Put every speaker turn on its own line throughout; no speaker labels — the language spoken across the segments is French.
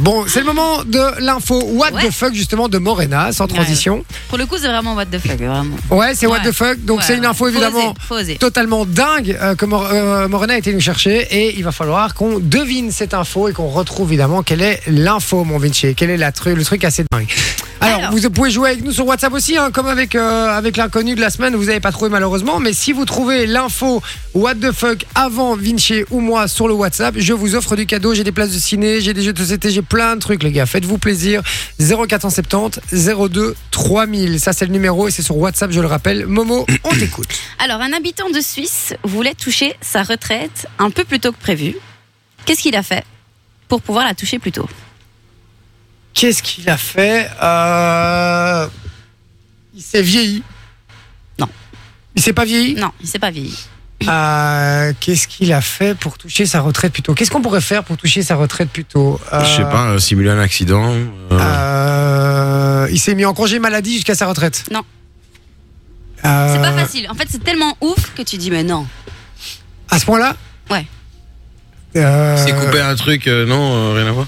Bon, c'est le moment de l'info What
Ouais.
the fuck justement de Morena, sans transition.
Pour le coup, c'est vraiment what the fuck, vraiment.
Ouais, c'est What
Ouais.
the fuck, donc
Ouais,
c'est une info
faut
évidemment
oser, faut oser.
totalement dingue euh, que Mor- euh, Morena a été nous chercher et il va falloir qu'on devine cette info et qu'on retrouve évidemment quelle est l'info, mon Vinci, quel est la tru- le truc assez dingue. Alors,
Alors.
vous pouvez jouer avec nous sur WhatsApp aussi, hein, comme avec, euh, avec l'inconnu de la semaine, vous n'avez pas trouvé malheureusement, mais si vous trouvez l'info What the fuck avant Vinci ou moi sur le WhatsApp, je vous offre du cadeau, j'ai des places de ciné, j'ai des jeux de société, j'ai plein de trucs les gars, faites-vous plaisir, 0470 02 3000, ça c'est le numéro et c'est sur WhatsApp, je le rappelle. Momo, on t'écoute.
Alors, un habitant de Suisse voulait toucher sa retraite un peu plus tôt que prévu. Qu'est-ce qu'il a fait pour pouvoir la toucher plus tôt
Qu'est-ce qu'il a fait Euh, Il s'est vieilli.
Non.
Il s'est pas vieilli
Non, il s'est pas vieilli.
Euh, Qu'est-ce qu'il a fait pour toucher sa retraite plus tôt Qu'est-ce qu'on pourrait faire pour toucher sa retraite plus tôt Euh,
Je sais pas, euh, simuler un accident. euh,
Ah, euh, il s'est mis en congé maladie jusqu'à sa retraite.
Non.
Euh,
C'est pas facile. En fait, c'est tellement ouf que tu dis, mais non.
À ce point-là
Ouais.
Euh,
C'est couper un truc, euh, non, euh, rien à voir.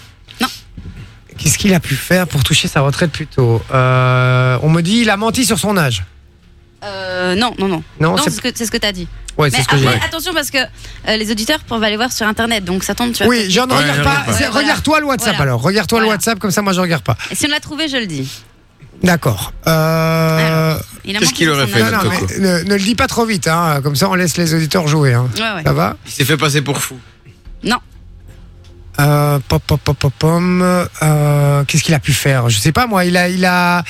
Qu'est-ce qu'il a pu faire pour toucher sa retraite plus tôt Euh, On me dit il a menti sur son âge.
Euh, non, non, non.
Non,
non, c'est
c'est
ce que, c'est ce que t'as dit.
ouais,
Mais
c'est ce que j'ai.
après, attention parce que euh, les auditeurs peuvent aller voir sur internet, donc ça tombe, tu vois.
Oui, je ne
Ouais,
regarde
je
pas.
regarde pas.
C'est-
Ouais, voilà.
Regarde-toi le WhatsApp
Voilà.
alors. Regarde-toi le
Voilà.
WhatsApp comme ça, moi je regarde pas.
Et si on l'a trouvé, je le dis.
D'accord. Euh...
Il a
Qu'est-ce
manqué
qu'il
sur
aurait
son
fait,
Non,
âge.
non,
notre
mais ne, ne le dis pas trop vite, hein. comme ça on laisse les auditeurs jouer. Hein.
Ouais, ouais.
Ça va
Il s'est fait passer pour fou.
euh, pop, pop, pop, pop, pom. Euh, Qu'est-ce qu'il a pu faire Je sais pas moi. Il a, il a,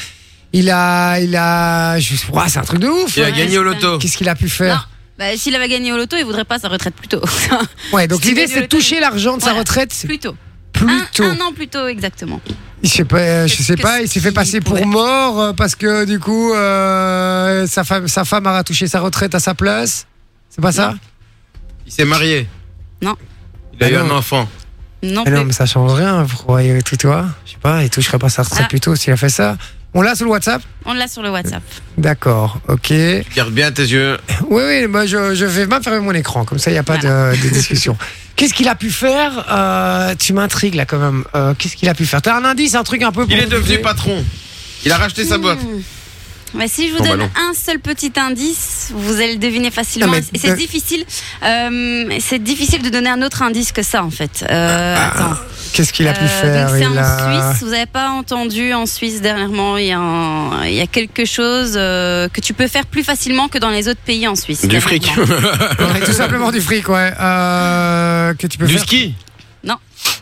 il a, il a. je- Ouah, c'est un truc de ouf.
Il a
Ouais,
gagné au
c'est
loto.
Qu'est-ce qu'il a pu
Non.
faire
Bah, s'il avait gagné au loto, il voudrait pas sa retraite plus tôt.
Ouais. Donc
Si tu
l'idée
gagnes au
c'est de
loto,
toucher l'argent de sa
Voilà.
retraite
plus tôt.
plus
Un-
tôt.
un an plus tôt, exactement.
Je sais pas. euh, Je
Qu'est-ce-
sais pas.
qu'est-ce
Il s'est fait
qu'il
passer pour
pourrait-
mort euh, parce que du coup euh, sa femme, sa femme aura touché sa retraite à sa place. C'est pas ça
Il s'est marié.
Non.
Il a
Ah
eu
non.
un enfant.
Non
Ah
plus.
non, mais ça change rien. Pourquoi il tout toi Je sais pas, il toucherait pas sa retraite
Ah.
plus tôt s'il a fait ça. On l'a sur le WhatsApp
On l'a sur le WhatsApp.
D'accord, ok. Oui,
Garde bien tes yeux.
oui, moi je, je vais même fermer mon écran, comme ça il n'y a pas de, de discussion. Qu'est-ce qu'il a pu faire Euh, Tu m'intrigues là quand même. Euh, Qu'est-ce qu'il a pu faire T'as un indice, un truc un peu. pour
Il est
nous
devenu
aider
patron. Il a racheté sa boîte.
Hmm. Mais si je vous
Bon,
donne
bah
un seul petit indice, vous allez le deviner facilement.
Non, mais-
Et c'est
euh,
difficile. euh, c'est difficile de donner un autre indice que ça en fait. Euh, attends.
Qu'est-ce qu'il a pu
Euh,
faire
donc c'est
Ah, Il
en
a-
Suisse. Vous n'avez pas entendu en Suisse dernièrement Il y a, un- il y a quelque chose euh, que tu peux faire plus facilement que dans les autres pays en Suisse.
Du
dernièrement.
fric.
Ouais, tout simplement du fric, ouais. Euh, que tu peux
du
faire
ski.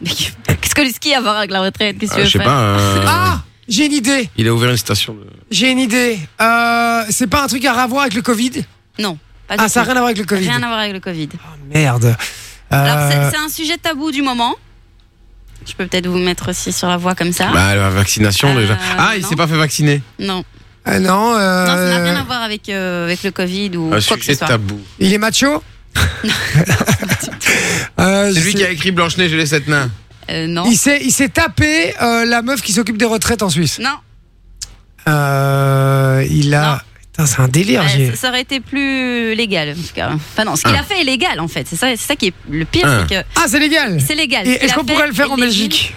Mais Qu'est-ce que le ski a à voir avec la retraite Qu'est-ce que
Euh,
tu
je
veux
sais
faire
pas. euh,
Ah J'ai une idée
Il a ouvert une station. De...
J'ai une idée Euh, C'est pas un truc à voir avec le Covid
Pas du
Ah, ça n'a rien
tout.
à voir avec le Covid.
Rien à voir avec le Covid.
Oh, merde. Euh,
Alors c'est- c'est un sujet tabou du moment. Je peux peut-être vous mettre aussi sur la voie comme ça.
Bah, la vaccination
Ah. Euh,
déjà. Ah, il
non.
s'est pas fait vacciner.
Non.
euh, non, euh,
Non, ça n'a rien à voir avec, euh, avec le Covid ou
Un
quoi que ce
succès
soit.
Ah, tabou.
il est macho Euh,
C'est
je
lui
sais-
qui a écrit Blanche-Neige et les sept nains.
Euh, non.
Il s'est, il s'est tapé euh, la meuf qui s'occupe des retraites en Suisse.
Non.
Euh, il a.
Non.
Putain, c'est un délire.
Ouais,
j'ai-
ça- ça aurait été plus légal, en tout cas. Enfin, non, ce qu'il
Un.
a fait est légal, en fait. C'est ça, c'est ça qui est le pire,
Un.
c'est que
Ah, c'est légal.
c'est légal.
Et
Ce qu'il
est-ce
a
qu'on
fait
pourrait le faire
est
en
légitime.
Belgique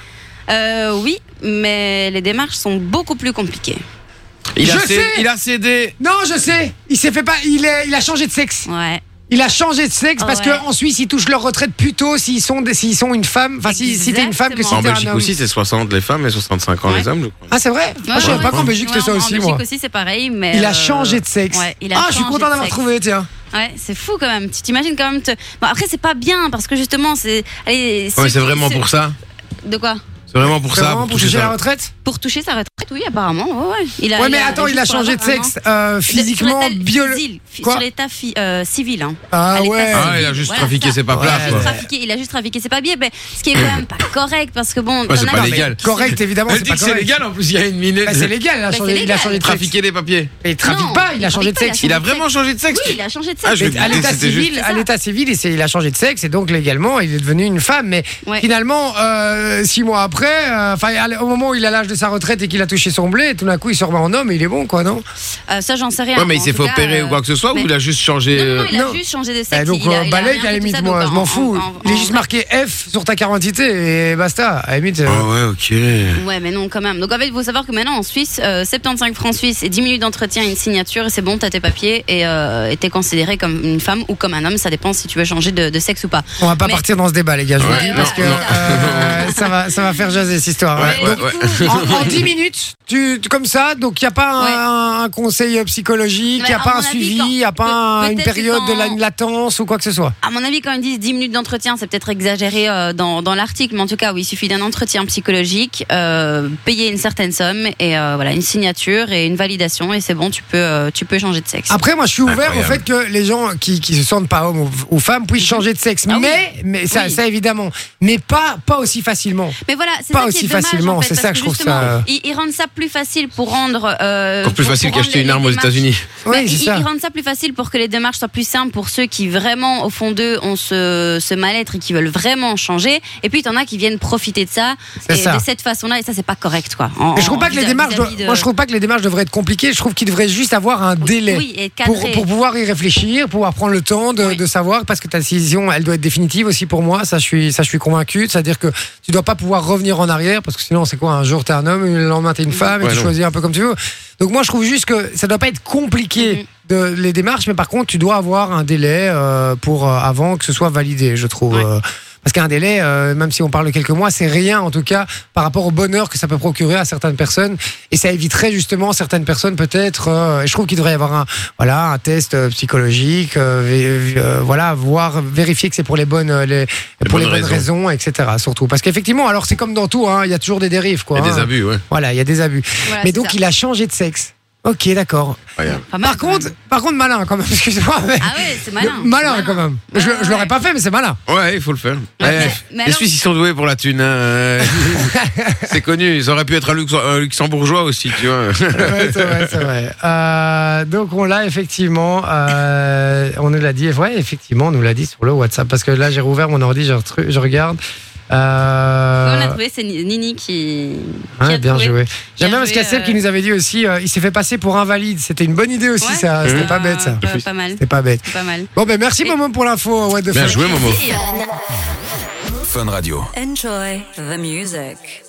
Euh, Oui, mais les démarches sont beaucoup plus compliquées.
Il a
Je
cédé-
sais
il a cédé.
Non, je sais. Il s'est fait pas. Il, est, il a changé de sexe.
Ouais.
Il a changé de sexe parce
Ah Ouais.
que en Suisse, ils touchent leur retraite plus tôt s'ils sont, des- s'ils sont une femme. Enfin, si, si t'es une femme que si
Exactement.
En
t'es un
Belgique
homme.
aussi, c'est 60 les femmes et 65 ans les
Ouais.
hommes, je crois.
Ah, c'est vrai Ah, Je savais
ouais,
pas
ouais.
qu'en Belgique,
Ouais,
c'était ça
en-
aussi,
En
moi.
Belgique aussi, c'est pareil, mais.
Il a
euh,
changé de sexe.
ouais, il a
ah, je suis
changé
content
de
d'avoir
sexe.
trouvé, tiens.
Ouais, c'est fou quand même. Tu t'imagines quand même. Te... Bon, après, c'est pas bien parce que justement, c'est. allez,
Ouais,
ceux
c'est
qui-
vraiment
ceux-
pour ça.
De quoi
C'est vraiment pour
C'est
ça.
vraiment
pour
pour
toucher
toucher la
ça.
retraite
Pour toucher sa retraite, oui, apparemment. Ouais, ouais. Il a,
Ouais, mais attends, il a
juste pour hein.
changé de
avoir un an.
sexe euh, physiquement,
Sur l'état
biologiquement.
civil, fi-
Quoi
Sur l'état fi- euh, civil. hein.
Ah
à l'état
ouais.
civil.
Ah, il a juste
Voilà,
trafiqué
ça.
ses
Il
paplas.
a
Ouais.
juste
quoi.
trafiqué, il a juste trafiqué ses papiers, mais ce qui est quand même pas correct parce que bon,
Ouais, c'est
t'en as
pas
qui-
légal.
Correct, évidemment.
Elle
c'est
dit
pas
que c'est
correct.
légal en plus, il y a une minute.
Bah, c'est légal, il a
Bah,
changé,
c'est
il a
légal.
changé de sexe.
Trafiquer les papiers.
Et il trafique
Non,
pas, il a changé de
trafique pas,
sexe.
a
Il a
changé de
vraiment changé de sexe
Oui, il a changé de
Ah,
sexe. Euh,
je vais
Mais à l'état
C'était
civil,
juste-
à l'état civil, il, s'est- il a changé de sexe et donc légalement, il est devenu une femme. Mais
Ouais.
finalement, euh, six mois après, euh, enfin à l- au moment où il a l'âge de sa retraite et qu'il a touché toucher son blé et tout d'un coup il se remet en homme et il est bon quoi, non
Euh, ça, j'en sais rien.
Ouais, mais il
En
s'est
tout
fait
cas,
opérer
euh,
ou quoi que ce soit,
mais-
ou il a juste changé.
Non, non,
euh,
il a
non.
juste changé de sexe.
Eh, Donc
il a-
euh,
il a
balèque
rien
à la
fait, tout
limite,
ça,
moi
donc
je
en-
m'en fous.
en-
il
en
est juste
vrai.
marqué F sur ta carte d'identité et basta. À la limite, euh,
Ah ouais, ok.
Ouais, mais non, quand même. Donc en fait, il faut savoir que maintenant en Suisse, euh, 75 francs suisses et 10 minutes d'entretien, une signature, et c'est bon, t'as tes papiers et euh, et t'es considéré comme une femme ou comme un homme. Ça dépend si tu veux changer de, de sexe ou pas.
on va pas
Mais-
partir dans ce débat les gars, je vous
Ouais,
le dis,
non,
parce que
non.
euh, ça, va, ça va faire jaser cette histoire.
Ouais,
ouais.
Mais
ouais,
du
ouais.
coup,
en, en 10 minutes, tu, tu- comme ça, donc il n'y a pas un, un conseil psychologique, il
Mais
n'y a
à
pas
mon
un
avis,
suivi,
quand-
il n'y a pas un-
peut-
une
peut-être que
période de la-
quand-
une latence ou quoi que ce soit.
À mon avis, quand ils disent 10 minutes d'entretien, c'est peut-être exagéré euh, dans, dans l'article, mais en tout cas, oui, il suffit d'un entretien psychologique, euh, payer une certaine somme et euh, voilà, une signature et une validation, et c'est bon, tu peux, euh, tu peux changer de sexe.
Après, moi, je suis ouvert au
Incroyable.
fait que les gens qui, qui se sentent pas hommes ou, ou femmes puissent changer de sexe.
Ah oui.
mais, mais ça,
Oui.
ça, évidemment. Mais pas, pas aussi facilement.
mais voilà, c'est
pas
ça qui est
aussi
dommage,
facilement,
en fait,
c'est ça
parce
que je trouve
justement,
ça- euh,
Ils, ils rendent ça plus facile pour rendre. euh,
Encore plus
pour-
facile
pour rendre
qu'acheter
les-
une
les
arme aux
démarches-
États-Unis.
Bah,
oui,
ils,
c'est ça.
ils rendent ça plus facile pour que les démarches soient plus simples pour ceux qui vraiment, au fond d'eux, ont ce, ce mal-être et qui veulent vraiment changer. Et puis, il y en a qui viennent profiter de ça.
C'est
Et
ça.
de cette façon-là, et ça, c'est pas correct, quoi. En-
Mais je trouve
en-
pas que les
vis-à-
démarches,
vis-à-vis
doivent-
de-
moi, je trouve pas que les démarches devraient être compliquées. Je trouve qu'il devrait juste avoir un délai.
Oui, et
Pour,
cadrer.
pour pouvoir y réfléchir, pouvoir prendre le temps de,
Oui.
de savoir, parce que ta décision, elle doit être définitive aussi pour moi, ça je suis, ça, je suis convaincu. C'est-à-dire que tu dois pas pouvoir revenir en arrière, parce que sinon, c'est quoi Un jour, t'es un homme, le lendemain, t'es une femme, et
Ouais,
tu
non.
choisis un peu comme tu veux. Donc moi, je trouve juste que ça doit pas être compliqué de, les démarches, mais par contre, tu dois avoir un délai euh, pour euh, avant que ce soit validé, je trouve.
Ouais.
Euh, parce qu'un délai, euh, même si on parle de quelques mois, c'est rien en tout cas par rapport au bonheur que ça peut procurer à certaines personnes. Et ça éviterait justement certaines personnes peut-être. euh, et je trouve qu'il devrait y avoir un, voilà, un test euh, psychologique, euh, vé- euh, voilà, voir, vérifier que c'est pour les bonnes, euh, les, pour
bonnes
les bonnes raisons. etc. Surtout parce qu'effectivement, alors c'est comme dans tout, hein, il y a toujours des dérives, quoi.
Et des
hein.
abus, ouais.
Voilà, il y a des abus.
Voilà,
Mais
c'est
donc
ça.
il a changé de sexe. Ok, d'accord.
Incroyable.
Pas mal,
Par
quand même.
contre, par contre, malin quand même. Excuse-moi. mais-
Ah ouais, c'est malin.
malin quand même.
Ouais,
je
ouais,
je l'aurais
ouais.
pas fait, mais c'est malin.
Ouais, il faut le faire.
Ouais,
Eh,
mais- mais
les
alors-
Suisses, ils sont doués pour la thune. hein, euh. c'est connu. Ils auraient pu être un, Lux- un luxembourgeois aussi, tu vois.
Ouais, c'est vrai, c'est vrai. Euh, donc on l'a effectivement, euh, on nous l'a dit, ouais, effectivement, on nous l'a dit sur le WhatsApp. Parce que là, j'ai rouvert mon ordi, je, retru- je regarde. Euh,
On a trouvé, c'est Nini qui. qui
ouais,
a
bien
trouvé.
joué. J'aime bien
Bien
parce qu'il y a
joué,
celle qui
euh.
nous avait dit aussi, euh, il s'est fait passer pour invalide. C'était une bonne idée aussi,
Ouais.
ça. C'était
Euh,
pas bête, ça.
Pas, pas mal.
C'était pas bête.
c'est Pas mal.
Bon, ben merci,
Et-
Maman, pour l'info.
Ben
What the
Bien
fuck.
joué, Momo.
Fun Radio.
Enjoy the music.